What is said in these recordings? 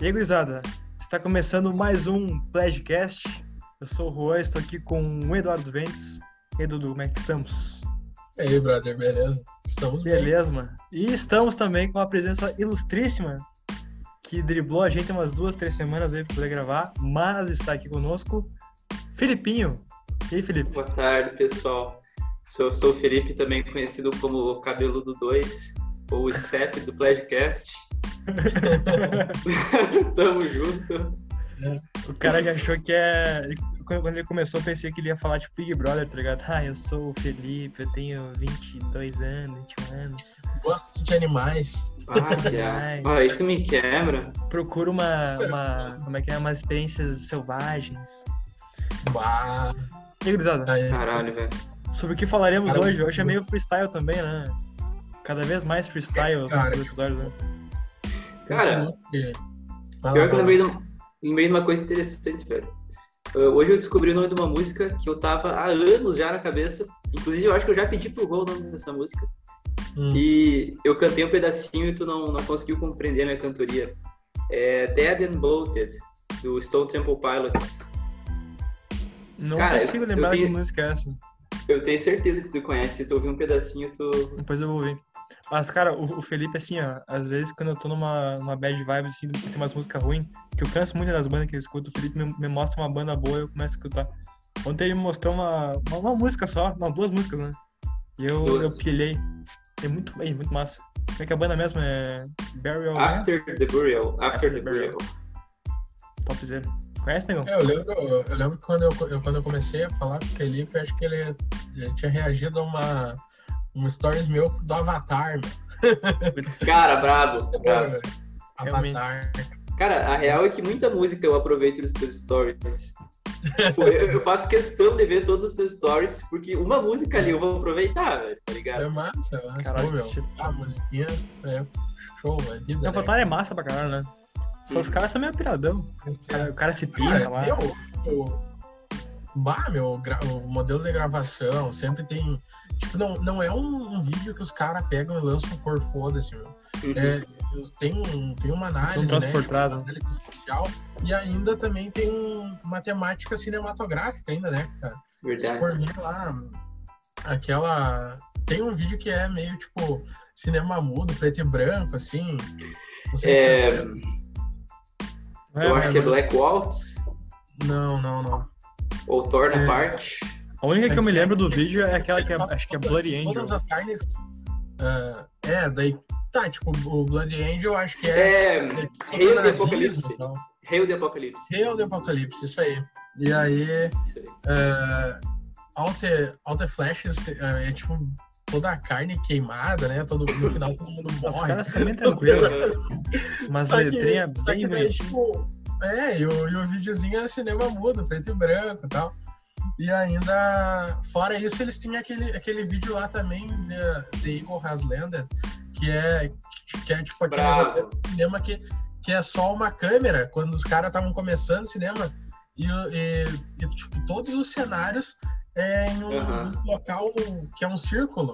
E aí, gurizada, está começando mais um Pledgecast. Eu sou o Juan, estou aqui com o Eduardo Ventes. E aí, Dudu, como é que estamos? E aí, brother, beleza? Estamos bem. Beleza, mano? E estamos também com a presença ilustríssima, que driblou a gente umas duas, três semanas aí para poder gravar, mas está aqui conosco, Filipinho. E aí, Felipe? Boa tarde, pessoal. Sou, sou o Felipe, também conhecido como o Cabeludo 2, ou o Step do Pledcast. Tamo junto. O cara que achou que é. ele- Quando ele começou, eu pensei que ele ia falar tipo Big Brother, tá ligado? Ah, eu sou o Felipe, eu tenho 22 anos, 21 anos. Gosto de animais. Ah, Ai. viado. Ah, Aí tu me quebra. Procuro uma. uma como é que é? Umas experiências selvagens. Bah, E aí, gurizada, aí, Caralho, velho. sobre o que falaremos Cara, hoje? Hoje é meio freestyle também, né? Cada vez mais freestyle os Cara, nossos episódios, né? Então, assim, Cara, que- Fala, Pior que eu fala. lembrei de, uma- lembrei de uma coisa interessante, velho. Uh, Hoje eu descobri o nome de uma música que eu tava há anos já na cabeça. Inclusive, eu acho que eu já pedi pro Rô o nome dessa música. Hum. E eu cantei um pedacinho e tu não, não conseguiu compreender a minha cantoria. É Dead and Bloated, do Stone Temple Pilots. Não Cara, consigo eu- eu lembrar tenho- que música é essa. Eu tenho certeza que tu conhece. Se tu ouvir um pedacinho, tu. Depois eu vou ouvir. Mas, cara, o, o Felipe, assim, ó, às vezes quando eu tô numa, numa bad vibe, assim, que tem umas músicas ruins, que eu canso muito das bandas que eu escuto, o Felipe me, me mostra uma banda boa e eu começo a escutar. Ontem ele me mostrou uma, uma, uma música só, não, duas músicas, né? E eu, eu Duas. pilhei. É muito, é muito massa. Como é que a banda mesmo é Burial, né? After the Burial. After, the Burial. Top Zero. Conhece, negão? Eu lembro, eu lembro que quando eu, eu- quando eu comecei a falar com o Felipe, acho que ele, ele tinha reagido a uma, um stories meu do Avatar, né? meu. Cara, brabo, Cara, brabo. Realmente. Avatar. Cara, a real é que muita música eu aproveito dos teus stories. Tipo, eu, eu faço questão de ver todos os teus stories, porque uma música ali eu vou aproveitar, velho, tá É ligado? massa, é massa, Caralho, meu. tipo- A musiquinha é show, é vida. Não, né? Avatar é massa pra caralho, né? Só os Uhum. caras são meio piradão. O cara, o cara se Ah, pinta lá. Meu, eu- bah, meu, gra- o modelo de gravação sempre tem. Tipo, não, não é um, um vídeo que os caras pegam e lançam por foda-se, meu. É, eu- tem, um- tem uma análise, troço né? por trás, uma né? análise social, e ainda também tem um- uma temática cinematográfica ainda, né, cara? Se for Verdade. ver lá, aquela. Tem um vídeo que é meio tipo cinema mudo, preto e branco, assim. Não sei se É, vocês- É, eu acho que é mas- Black Waltz Não, não, não. ou Torn É. Apart. A única que eu me lembro do vídeo é aquela que é, acho que é Bloody Angel. Todas as carnes. ah, é, daí. Tá, tipo, o Blood Angel eu acho que é. É, Rei do nazismo Apocalipse. e tal. Rei do Apocalipse. Rei do Apocalipse, isso aí. E aí. Isso aí. ah, Alter, Alter Flashes ah, é tipo toda a carne queimada, né? Todo, no final todo mundo Os morre. caras são bem Coisa tranquilos, assim. mas Só a que- letrinha só é bem que daí, bonitinha. tipo, É, e o, e o videozinho é cinema mudo, preto e branco e tal. E ainda, fora isso, eles têm aquele, aquele vídeo lá também, de, de Eagle Haslander, que é, que é tipo aquele Bravo. roteiro de cinema que, que é só uma câmera, quando os caras estavam começando cinema, e, o- e- e, tipo, todos os cenários é em um, Aham. um local que é um círculo.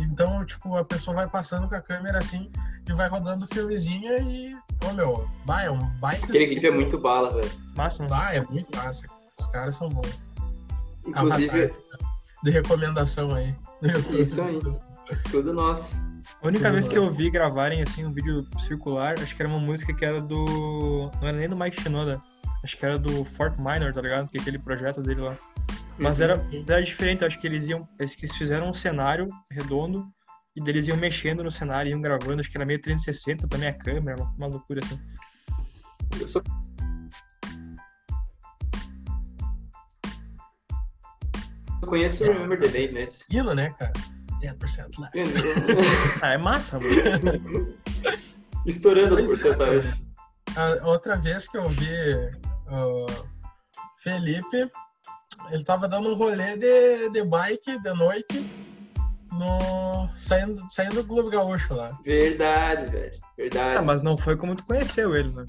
Então, tipo, a pessoa vai passando com a câmera assim e vai rodando o filmezinho e, ô meu, vai, é um baita. Aquele vídeo é muito bala, velho. Máximo. Bah, é muito massa. Os caras são bons. Ah, Inclusive, De recomendação aí. É Isso aí. tudo nosso. A única Tudo vez que eu massa. vi gravarem assim um vídeo circular, acho que era uma música que era do. Não era nem do Mike Shinoda. Acho que era do Fort Minor, tá ligado? Que é aquele projeto dele lá. Uhum. Mas era, era diferente, acho que eles iam. Eles que eles fizeram um cenário redondo e daí eles iam mexendo no cenário, iam gravando, acho que era meio 360 também a câmera, uma, uma loucura assim. Eu sou Eu conheço o Remember the Day, né? Hino, né, cara? 10% lá. Ah, é massa, mano. Estourando as Pois é, porcentagens. A Ah, outra vez que eu vi o Felipe, ele tava dando um rolê de, de bike de noite, no, saindo, saindo do Clube Gaúcho lá. Verdade, velho. Ah, Verdade. mas não foi como tu conheceu ele, né?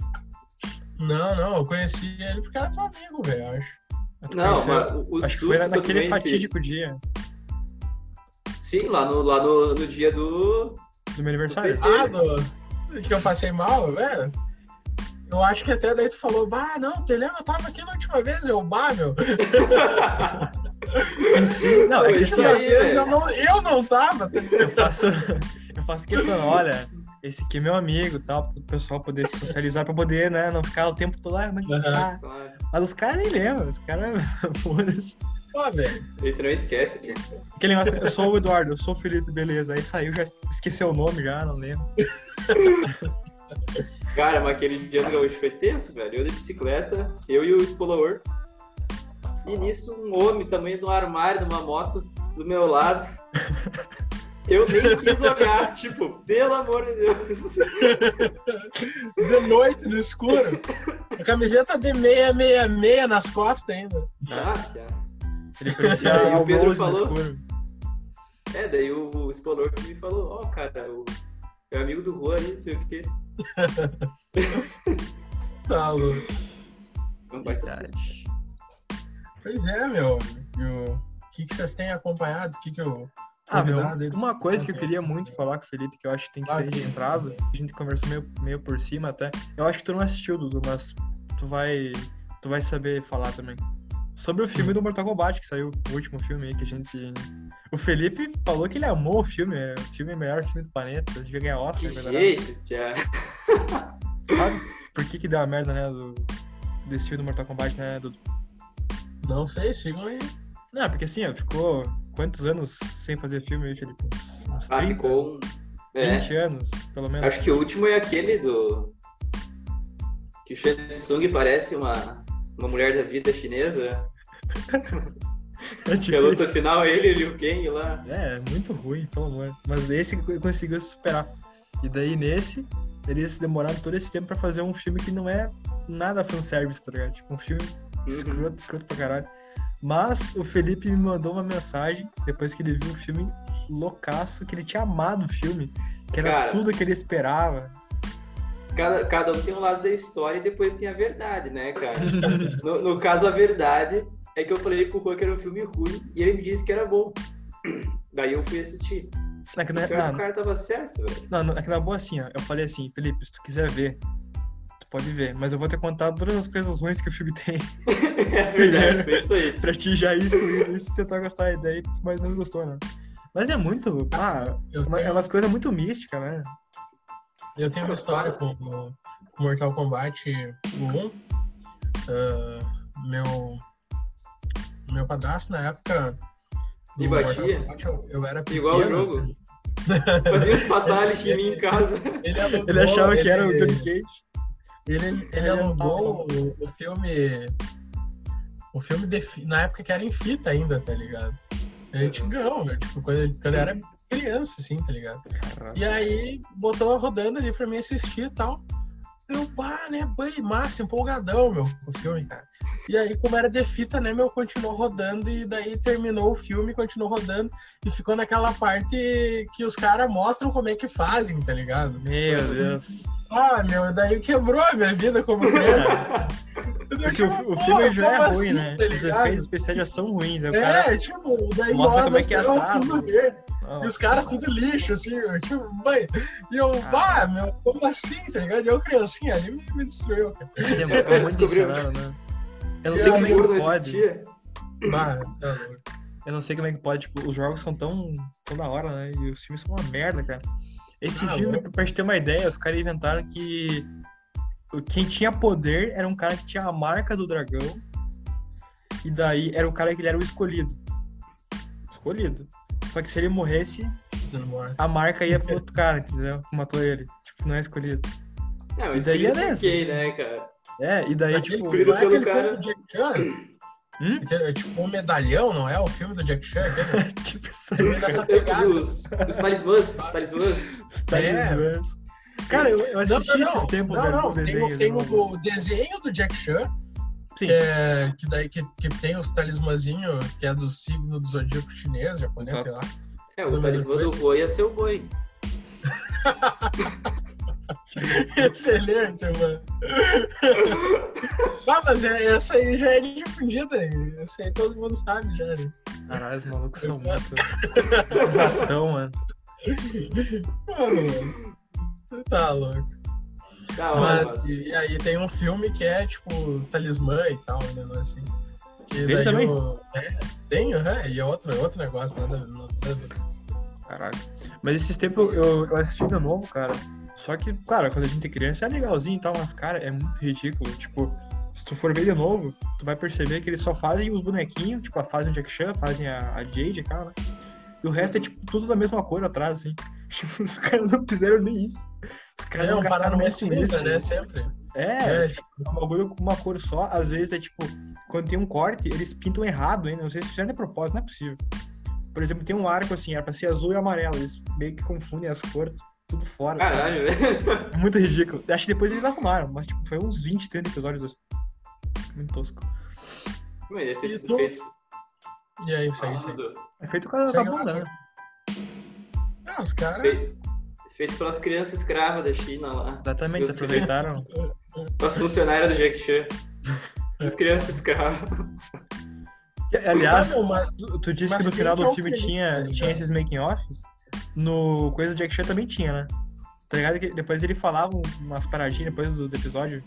Não, não, eu conheci ele porque era teu amigo, velho, eu acho. Tu Não, conheceu- mas o- o é- Acho que susto foi que eu naquele tomei esse- fatídico dia Sim, lá no, lá no, no dia do. Tá do meu aniversário. Ah, do, que eu passei mal, velho? Eu acho que até daí tu falou, bah, não, te lembra? Eu tava aqui na última vez, eu, bah, meu. Não, é que Isso assim, ó, aí, velho. eu, não, eu não tava. tá é. ligado? eu faço, eu faço questão, olha, esse aqui é meu amigo e tal, pro pessoal poder se socializar pra poder, né, não ficar o tempo todo lá, mas, Aham. ah, Claro. mas os caras nem lembram, os caras, foda-se. Pô, velho. Ele não esquece. cara. Aquele negócio, eu sou o Eduardo, eu sou o Felipe, beleza, aí saiu, já esqueceu o nome já, não lembro. Cara, mas aquele dia do gaúcho foi tenso, velho. Eu de bicicleta, eu e o explorador. E nisso, um homem também de um armário, de uma moto, do meu lado. Eu nem quis olhar, tipo, pelo amor de Deus. De noite, no escuro. A camiseta de 666 nas costas ainda. Ah, cara. Ele parecia E o o Pedro Pedro falou. escuro. É, daí o, o explorador que me falou, ó, cara, o meu amigo do Juan ali, não sei o quê. Tá louco. Não vai ter Verdade. um susto. Pois é, meu. E O o que, que vocês têm acompanhado? O que, que eu. Ah, meu, Convidado aí. uma coisa que eu queria muito falar com o Felipe, que eu acho que tem que Ah, ser sim. registrado, a gente conversou meio, meio por cima até. Eu acho que tu não assistiu, Dudu, mas tu vai, tu vai saber falar também. Sobre o filme do Mortal Kombat, que saiu o último filme aí, que a gente. O Felipe falou que ele amou o filme, é o filme é o melhor filme do planeta, a gente ia ganhar Que Oscar, né, coisa errada. jeito, já. sabe? Por que que deu a merda, né, do, desse filme do Mortal Kombat, né, Dudu? Não sei, sigam aí. Não, porque assim, ó, ficou quantos anos sem fazer filme aí, Felipe? Uns- Uns 30, Ah, ficou um... É, 20 anos, pelo menos. acho que o último é aquele do... Que o Shang Tsung parece uma, uma mulher da vida chinesa. É Que a difícil. luta final é ele e o Liu Kang lá. É, é muito ruim, pelo amor. Mas esse co- conseguiu superar. E daí nesse, eles demoraram todo esse tempo pra fazer um filme que não é nada fanservice, tá ligado? Tipo, um filme Uhum. escroto, escroto pra caralho. Mas o Felipe me mandou uma mensagem depois que ele viu o filme loucaço, que ele tinha amado o filme, que era Cara. tudo que ele esperava. Cada, cada um tem um lado da história e depois tem a verdade, né, cara? No, no caso, a verdade é que eu falei pro Juan que era um filme ruim e ele me disse que era bom. Daí eu fui assistir. É que, na, Pior que na- o cara tava certo, velho. não, não, é que na boa assim, ó, eu falei assim, Felipe, se tu quiser ver, tu pode ver, mas eu vou te contar todas as coisas ruins que o filme tem. É verdade, foi isso aí. pra ti já ir excluindo isso e tentar gostar. E daí tu mais não gostou, né? Mas é muito. Ah, Eu é uma- é tenho, umas coisas muito místicas, né? eu tenho uma história com o com Mortal Kombat 1. Ah, meu. Meu padrasto na época. do E batia? Mortal Kombat, eu, eu era pequeno. Igual o jogo. Fazia os fatales em mim em casa. Ele, alugou- Ele achava que era o ele- é. Johnny Cage. Ele, ele Ele alugou o, o filme. O filme de fi- na época que era em fita ainda, tá ligado? É antigão, meu, tipo, quando, quando eu era criança, assim, tá ligado? E aí botou rodando ali pra mim assistir e tal. Eu, pá, né, banho, massa, empolgadão, meu, o filme, cara. E aí, como era de fita, né, meu, continuou rodando e daí terminou o filme, continuou rodando e ficou naquela parte que os caras mostram como é que fazem, tá ligado? Meu Deus. Ah, meu, daí quebrou a minha vida como criança. Porque o, o filme já é ruim, né? Os efeitos especiais já são ruins. Né? O cara. assim, tá É, tipo, daí Mostra mora como é que é mostrando atado. tudo verde. Ah, um E os caras tudo lixo, assim, eu, tipo, mãe. E eu, bah, meu, como assim, tá ligado? E eu, criancinha, ali me, me destruiu, cara. mas é um cara muito Descobriu. decepcionado, né? Eu não E sei aí, como é Juro, que não pode. existia. Bah, tá louco. Eu não sei como é que pode. Tipo, os jogos são tão, tão da hora, né? E os filmes são uma merda, cara. Esse Ah, filme, louco. pra gente ter uma ideia, os caras inventaram que o- quem tinha poder era um cara que tinha a marca do dragão. E daí era o cara que ele era o escolhido. Escolhido. Só que se ele morresse, Tudo bom. a marca ia pro outro cara, entendeu? Que matou ele. Tipo, não é escolhido. Não, Isso aí é escolhido por nessa. quem, né, cara? É, e daí, Aquele tipo. escolhido. não é pelo aquele cara. filme do Jack Chan? Hum? Aquele, é tipo, o medalhão, não é? O filme do Jack Chan? Aquele tipo, isso aí. filme dessa pegada. Eu- Os, os talismãs, os talismãs. tá ligado? Cara, eu, eu assisti esses tempos, É. velho, não, não, do tem, desenho, o, tem né? o desenho do Jack Chan, Sim. que, é, que daí que, que tem os talismãzinhos, que é do signo do zodíaco chinês, japonês, sei lá. É, Não, o mas talismã do boi ia ser o boi. Excelente, mano. ah, mas é- essa aí já é difundida, né? essa aí todo mundo sabe já. né? Caralho, os malucos são muito. muito ratão, mano. Mano, você tá louco. Da Ah, hora, Mas, mas... e, e aí tem um filme que é, tipo, talismã e tal, um negócio assim. Que Tem também? o- é, tem, aham, e é outro, outro negócio, nada, nada a ver. Caralho. Mas esses tempos eu, eu assisti de novo, cara. Só que, claro, quando a gente é criança é legalzinho e tal, mas, cara, é muito ridículo. Tipo, se tu for ver de novo, tu vai perceber que eles só fazem os bonequinhos, tipo, fazem o Jack Chan, fazem a, a Jade, cara, né? E o resto é, tipo, tudo da mesma cor atrás, assim. Tipo, os caras não fizeram nem isso. Os caras É não um gastaram parado nem meio com isso. cinza, né? Sempre. É, É, tipo, um bagulho com uma cor só, às vezes é tipo, quando tem um corte, eles pintam errado, hein? Não sei se fizeram de propósito, não é possível. Por exemplo, tem um arco assim, era pra ser azul e amarelo, eles meio que confundem as cores, tudo fora. Caralho, né? velho. É muito ridículo. Acho que depois eles arrumaram, mas tipo, foi uns 20, 30 episódios assim. Muito tosco. Mas deve ter E sido tu- feito. e aí, segue, falando segue. do- É feito com a da Segue lá, bunda, segue. né? Ah, os caras. Feito, feito pelas crianças escravas da China lá. Exatamente, eles aproveitaram. As funcionárias do Jack Chan. É. As crianças escravas. E, Aliás, Ah, Não, mas tu, tu disse mas que no quem final que do é o filme Felipe, tá tinha, ligado? tinha esses making-offs. No Coisa do Jack Chan também tinha, né? Tá ligado? Que depois ele falava umas paradinhas depois do, do episódio.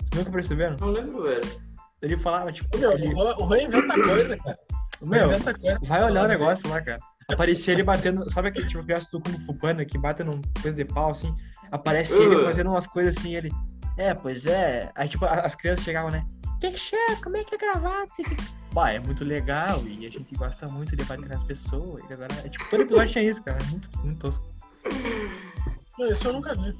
Vocês nunca perceberam? Não lembro, velho. Ele falava, tipo, meu, ele- o Juan- o Juan inventa coisa, cara. O Juan Meu, inventa coisa. vai olhar o negócio lá, cara. Aparecia ele batendo, sabe aquele tipo de gasto do Kung Fu Panda que bate num coisa de pau, assim? Aparece ele Uhum. fazendo umas coisas assim, ele... É, pois é... Aí, tipo, a- as crianças chegavam, né? Jack Chan, como é que é gravado? isso aqui?" Bah, é muito legal e a gente gosta muito de bater nas pessoas. E agora, é, tipo, todo episódio tinha isso, cara. É Muito, muito tosco. Não, isso eu nunca vi.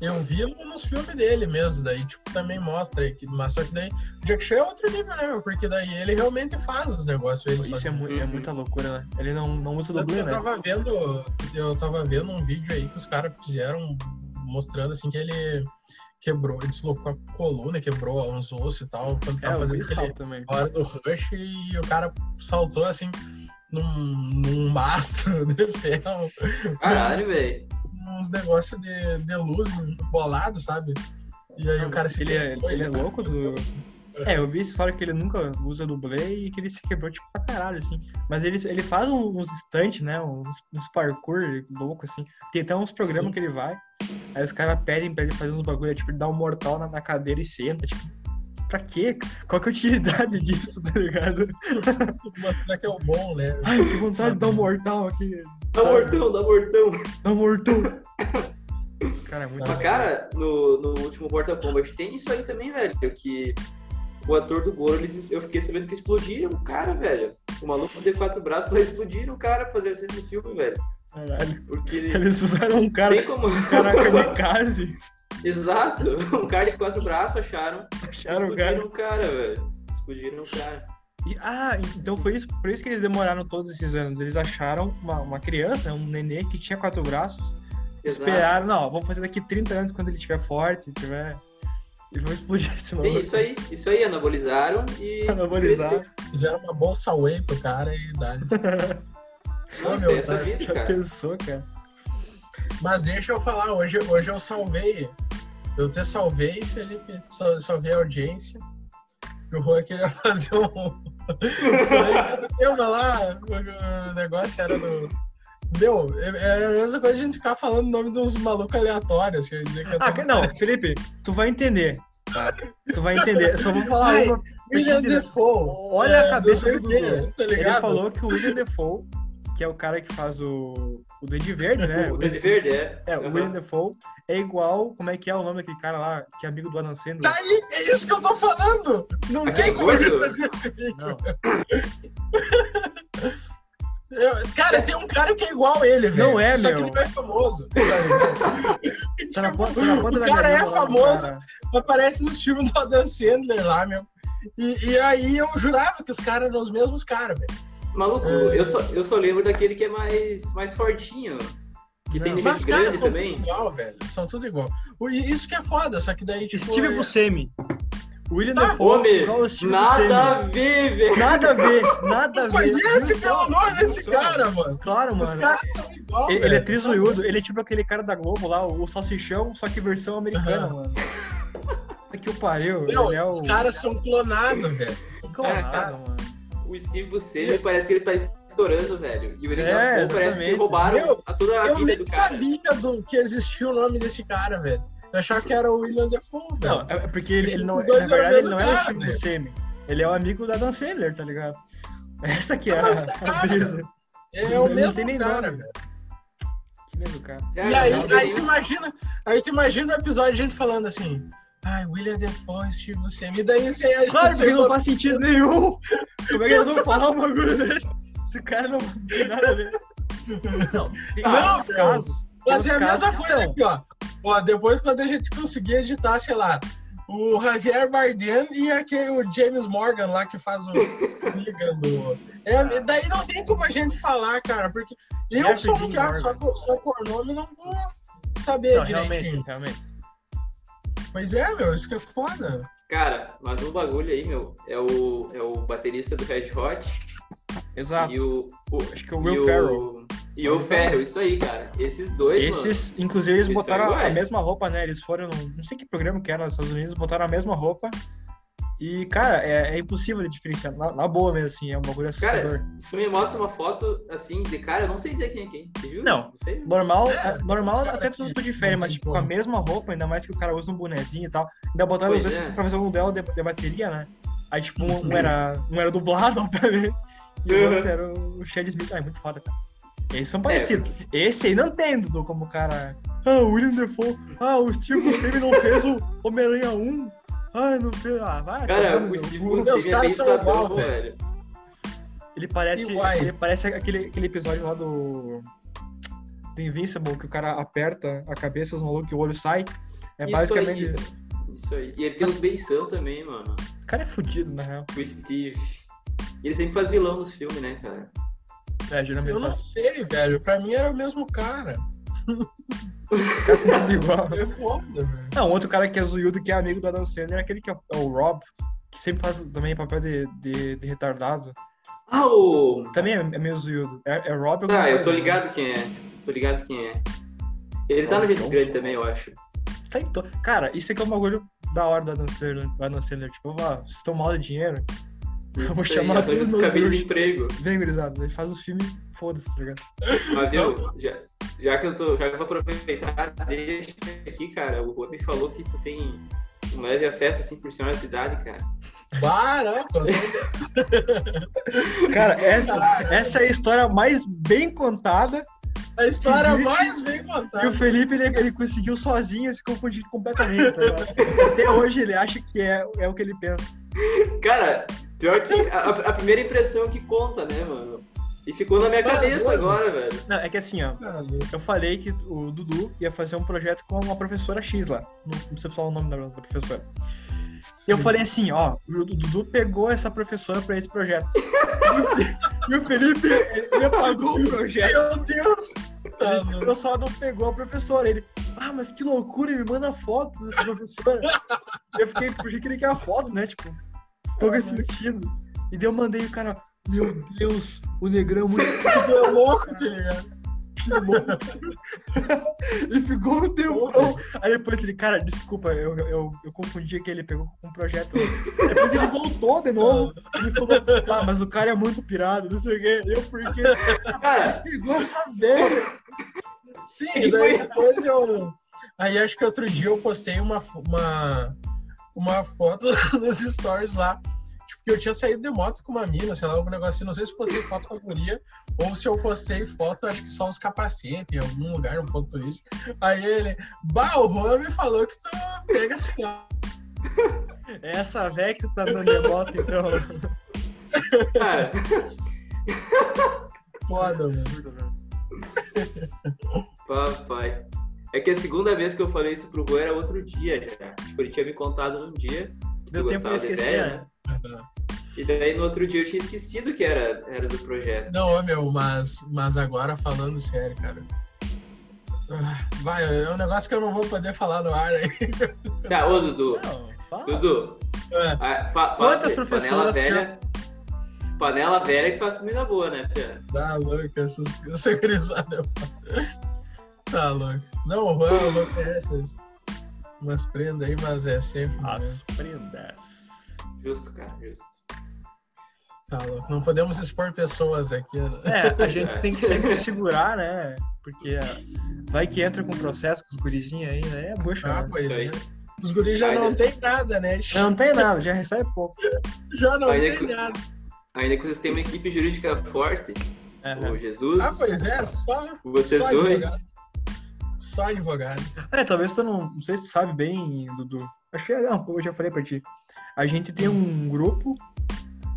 Eu vi nos filmes dele mesmo, daí, tipo, também mostra. aí que- Mas só que daí, o Jack Chan é outro nível, né, meu? Porque daí ele realmente faz os negócios. Ele Isso é, sozinho. mu- é Uhum. muita loucura, né? Ele não, não usa Tanto que dublê, eu né? tava vendo, eu tava vendo um vídeo aí que os caras fizeram mostrando assim que ele quebrou, ele deslocou a coluna, quebrou uns ossos e tal, quando É, tava o fazendo Will aquele Scout também. hora do rush e o cara saltou assim num, num mastro de ferro, Caralho, velho. uns negócios de, de luz bolado, sabe? E aí o cara se tá ele, é, quebrou, ele é louco do. É, eu vi essa história que ele nunca usa dublê e que ele se quebrou tipo pra caralho, assim. Mas ele, ele faz um- uns stunts, né? Uns, uns parkour louco, assim. Tem até uns programas Sim. que ele vai. Aí os caras pedem pra ele fazer uns bagulho, tipo, ele dá um mortal na, na cadeira e senta. Tipo, pra quê? Qual que é a utilidade disso, tá ligado? mas será que é o bom, né? Ai, que vontade de dar um mortal aqui. Dá mortão, dá mortão. Dá um mortal. Cara, é muito. Mas, cara, no, no último Mortal Kombat tem isso aí também, velho. Que o ator do Goro, eles, eu fiquei sabendo que explodiram o cara, velho. O maluco de quatro braços lá explodiram o cara pra fazer assim no filme, velho. Caralho. Porque Eles usaram um cara. tem como. Caraca, kamikaze. Exato. Um cara de quatro braços acharam. Acharam o cara. explodiram o cara, velho. Explodiram o cara. E- ah, então foi isso, por isso que eles demoraram todos esses anos. Eles acharam uma, uma criança, um nenê que tinha quatro braços. Exato. Esperaram, não, vamos fazer daqui 30 anos quando ele estiver forte, tiver. E vão explodir esse Tem maluco. isso aí, isso aí, anabolizaram e. Anabolizaram. cresceu. Fizeram uma bolsa whey pro cara e dá Não, Ô, isso meu, aí é essa parece vida, Já cara. pensou, cara? Mas deixa eu falar, hoje, hoje eu salvei. Eu te salvei, Felipe, sal- salvei a audiência. que O Juan queria fazer um. Aí, o tema lá, o o negócio era do. Meu, é- era a mesma coisa de a gente ficar falando o nome dos malucos aleatórios. Quer dizer que eu Ah, tava- não, Felipe, tu vai entender. Tu vai entender. Eu só vou falar Ai, uma. William porque- Defoe. Olha a é, cabeça não sei do o quê, Dudu. Tá ligado? Ele falou que o William Defoe, que é o cara que faz o. O Duende Verde, né? O Dente Verde é. É, o Aham. William Defoe é igual. Como é que é o nome daquele cara lá, que é amigo do Adam Sandler? Tá aí, é isso que eu tô falando! Não Aquele tem como ele É, gordo? fazer esse vídeo. Não. Eu- cara, tem um cara que é igual a ele, velho. Não é, Só meu. que ele não é famoso. tá ligado? Tá na Tipo, ponta, tá na ponta o da minha cara é língua lá, famoso. cara. Aparece nos filmes do Adam Sandler lá, meu. E, e aí eu jurava que os caras eram os mesmos caras, velho. Maluco, É. eu, só, eu só lembro daquele que é mais, mais fortinho. Que tem Não. de Mas, gente cara, é grande são tudo também. igual, velho. São tudo igual. O- e Isso que é foda, só que daí, tipo... Steve Buscemi. William Tá, Dafoe. Homem, igual o Steve nada Buscemi. a ver, velho. Nada a ver, nada a não ver. conhece Viu pelo só? nome Viu desse só? cara, mano. Claro, Os mano. caras são igual, Ele, ele velho. é trisuiudo, ele é tipo aquele cara da Globo lá, o Salsichão, só que versão americana, Aham. mano. É que o pariu, Meu, é, ele é o. Os caras são clonados, velho. Clonado, mano. O Steve Buscemi parece que ele tá estourando, velho. E o William É, Dafoe exatamente. parece que roubaram Meu, a toda a Eu vida do nem cara. sabia do que existia o nome desse cara, velho. Eu achava que era o William Defoe, Não, velho. é é porque ele, ele não, na Os dois eram verdade ele o mesmo não é o cara, time do velho. Semi. Ele é o amigo da Adam Sandler, tá ligado? Essa que é a, Mas tá a cara. brisa. É o Não tem nem mesmo cara, nome. velho. Que mesmo cara. É, E aí, aí tu um- imagina, aí tu imagina o episódio de gente falando assim, ai, William Defoe, Steve Buscemi, e daí você acha Claro, você porque não faz sentido nenhum. Como é que eles vão falar um bagulho desse? Esse cara não tem nada a ver. Não, tem Não, vários meu. casos. Mas é a Tem uns mesma casos que coisa são. aqui, ó. Ó, depois quando a gente conseguir editar, sei lá, o Javier Bardem e aquele, o James Morgan lá que faz o Liga do... É, daí não tem como a gente falar, cara, porque eu Jeffrey sou um Dean cara, só, Morgan. por- só por nome não vou saber Não, realmente, direitinho. realmente. Pois é, meu, isso que é foda. Cara, mas um bagulho aí, meu, é o, é o baterista do Red Hot Exato. e o, o- Acho que o e Will o- Ferrell. E o Ferrell, isso aí, cara. Esses dois, mano. Esses, inclusive, eles Eles são botaram a iguais. mesma roupa, né? Eles foram, num- não sei que programa que era nos Estados Unidos, botaram a mesma roupa. E, cara, é, é impossível de diferenciar. Na, na boa mesmo, assim, é um bagulho Cara, assustador. se tu me mostra uma foto assim de cara, eu não sei dizer quem é quem. Você jura? Não. sei. Normal, É, normal os caras até que tudo de não férias, tem mas tipo, com a como. mesma roupa, ainda mais que o cara usa um bonezinho e tal. Ainda botaram os Pois dois é. pra fazer um duelo de, de bateria, né? Aí, tipo, um, um era, um era dublado, obviamente, e o Uhum. É, outro era o Chad Smith. Ah, é muito foda, cara. Eles são parecidos. Esse aí não tem, Dudu, como o cara. Ah, o William Defoe. Ah, o Steve Buscemi não fez o Homem-Aranha 1. Ah, não fez. Ah, vai. Cara, tomando o no Steve cu. Meus Buscemi é caras são pensador, igual, velho. Ele parece, Iguais. ele parece aquele, aquele episódio lá do. Do Invincible, que o cara aperta a cabeça dos malucos e o olho sai. É Isso basicamente aí. isso. Isso aí. E ele tem uns beição também, mano. O cara é fudido, na real. O Steve. E ele sempre faz vilão nos filmes, né, cara? É, geralmente Eu não faz. sei, velho. Pra mim era o mesmo cara. O cara se sente igual. É foda, velho. Não, outro cara que é zoiudo, que é amigo do Adam Sandler, é aquele que é o- é o Rob, que sempre faz também papel de, de, de retardado. Ah, o. Também é, é meio zoiudo. É, é Rob alguma Tá, eu coisa, tô né? ligado quem é. Tô ligado quem é. Ele tá no é jeito um grande também, eu acho. Tá em to- Cara, isso aqui é um bagulho da hora da Adam Sandler. da Adam Sandler. Tipo, ó, vocês estão mal de dinheiro, Eu vou Isso chamar aí, todos os meus cabine bruxos. de emprego. vem, gurizada. Ele faz o filme, foda-se, tá ligado? Mas viu, já, já que eu tô. Já que eu vou aproveitar, deixa aqui, cara. O Rubem falou que tu tem um leve afeto, assim, por senhoras de idade, cara. Baraca, Cara, essa, essa é a história mais bem contada. a história Existe. mais bem E o contada. Felipe, ele, ele conseguiu sozinho se confundir completamente, tá ligado? Até hoje ele acha que é, é o que ele pensa. Cara, pior que a, a- a primeira impressão é que conta, né, mano? E ficou na minha Mas, cabeça mano. agora, velho. Não, é que assim, ó. Eu falei que o Dudu ia fazer um projeto com uma professora X lá. Não, não sei falar o nome da, da professora. E eu falei assim, ó, o Dudu pegou essa professora pra esse projeto. e, o, e o Felipe, ele apagou o projeto. Meu Deus! Tá, O mano. pessoal não pegou a professora. Ele, ah, mas que loucura, ele me manda foto dessa professora. eu fiquei, por que que ele quer a foto, né? Tipo, qual que é o sentido? E daí eu mandei o cara, meu Deus, o negrão é muito Deu louco, tá ligado? e ficou um tempão. Aí depois ele, cara, desculpa, eu, eu, eu confundi que ele pegou com um projeto. Depois ele voltou de novo. Ele falou, ah, mas o cara é muito pirado, não sei o quê. Eu, porque Cara, pegou essa velha. Sim, E daí foi- depois eu. Aí acho que outro dia eu postei uma, fo- uma, uma foto nos stories lá. Tipo, que eu tinha saído de moto com uma mina, sei lá, algum negócio assim. Não sei se postei foto com a guria ou se eu postei foto, acho que só os capacetes em algum lugar, um ponto turístico. Aí ele, bah, o Juan me falou que tu pega sinal. É essa velha que tu tá dando de moto, então. cara. Foda, mano. Papai. É que a segunda vez que eu falei isso pro Rô era outro dia já. Tipo, ele tinha me contado num dia que Deu tempo tu de gostava de esquecer, ideia, né? né? E daí no outro dia eu tinha esquecido que era, era do projeto. Não, ô, meu, mas, mas agora falando sério, cara. Ah, Vai, é um negócio que eu não vou poder falar no ar aí. Tá, ô Dudu. Não, fala. Dudu, É, a- fa- fala Quantas que- panela professoras velha. Panela velha que faz comida boa, né, Pia? Tá louco, essas essa gurizada. é foda. Tá louco. Não, o Juan, é eu vou ter essas. Umas prendas aí, mas é sempre. né? As prendas. Justo, cara, justo. Tá louco. Não podemos expor pessoas aqui. né? É, a gente tem que sempre segurar, né? Porque é, vai que entra com processo com os gurizinhos aí, né? É bucha, Ah, né? pois Isso aí. é. Os guris já Vai, não né? tem nada, né? Não tem nada, já recebe pouco. Já não Vai, né, tem cu- nada. Ainda que vocês têm uma equipe jurídica forte, Aham. o Jesus, Ah, pois é, só, vocês só dois. advogado. só advogado. É, talvez tu não, não sei se tu sabe bem, Dudu. Acho que é, não, eu já falei pra ti. A gente tem um grupo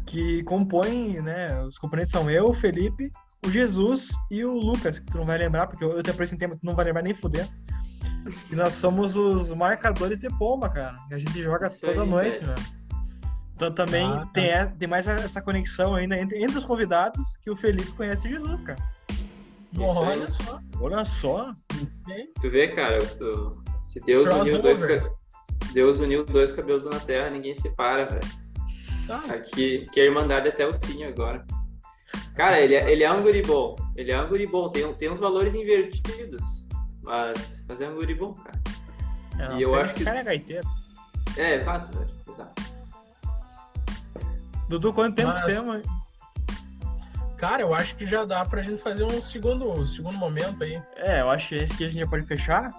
que compõe, né? Os componentes são eu, o Felipe, o Jesus e o Lucas, que tu não vai lembrar, porque eu, eu te apresentei, mas tu não vai lembrar nem fuder. E nós somos os marcadores de pomba, cara. que a gente joga Isso toda aí, noite, velho. né? Então também Ah, tá. tem, a- tem mais essa conexão ainda entre, entre os convidados que o Felipe conhece Jesus, cara. Isso Olha aí. só. Olha só. hein? Tu vê, cara, se, tu- se Deus uniu dois, Crossover. ca- Deus uniu dois cabelos na terra, ninguém separa, velho. Tá. Aqui, que a Irmandade é até o fim agora. Cara, ele é, ele é um guri bom. Ele é um guri bom. Tem, um- tem uns valores invertidos. Mas, mas é um guri bom, cara. É, E eu o acho que- cara é gaiteiro. É, exato, velho. Exato. Dudu, quanto tempo Mas- tu tem, mãe? Cara, eu acho que já dá pra gente fazer um segundo, um segundo momento aí. É, eu acho que esse aqui a gente já pode fechar.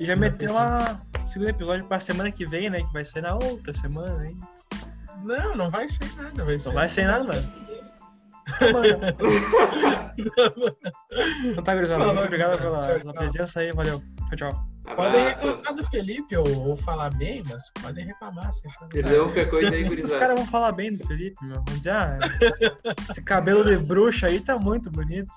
E já Já meter uma um segundo episódio pra semana que vem, né? Que vai ser na outra semana, hein? Não, não vai ser nada, vai ser. Não vai ser nada, mano. Tá, mano. Então tá, gurizada. Muito Falou, obrigado gurizada. pela, Tchau, pela tchau. presença aí. Valeu. Tchau, tchau. Podem Abraço. reclamar do Felipe ou, ou falar bem, mas podem reclamar, se achar. Perdeu qualquer coisa aí, Os gurizada. caras vão falar bem do Felipe, meu. Vão dizer, ah, esse cabelo de bruxa aí tá muito bonito.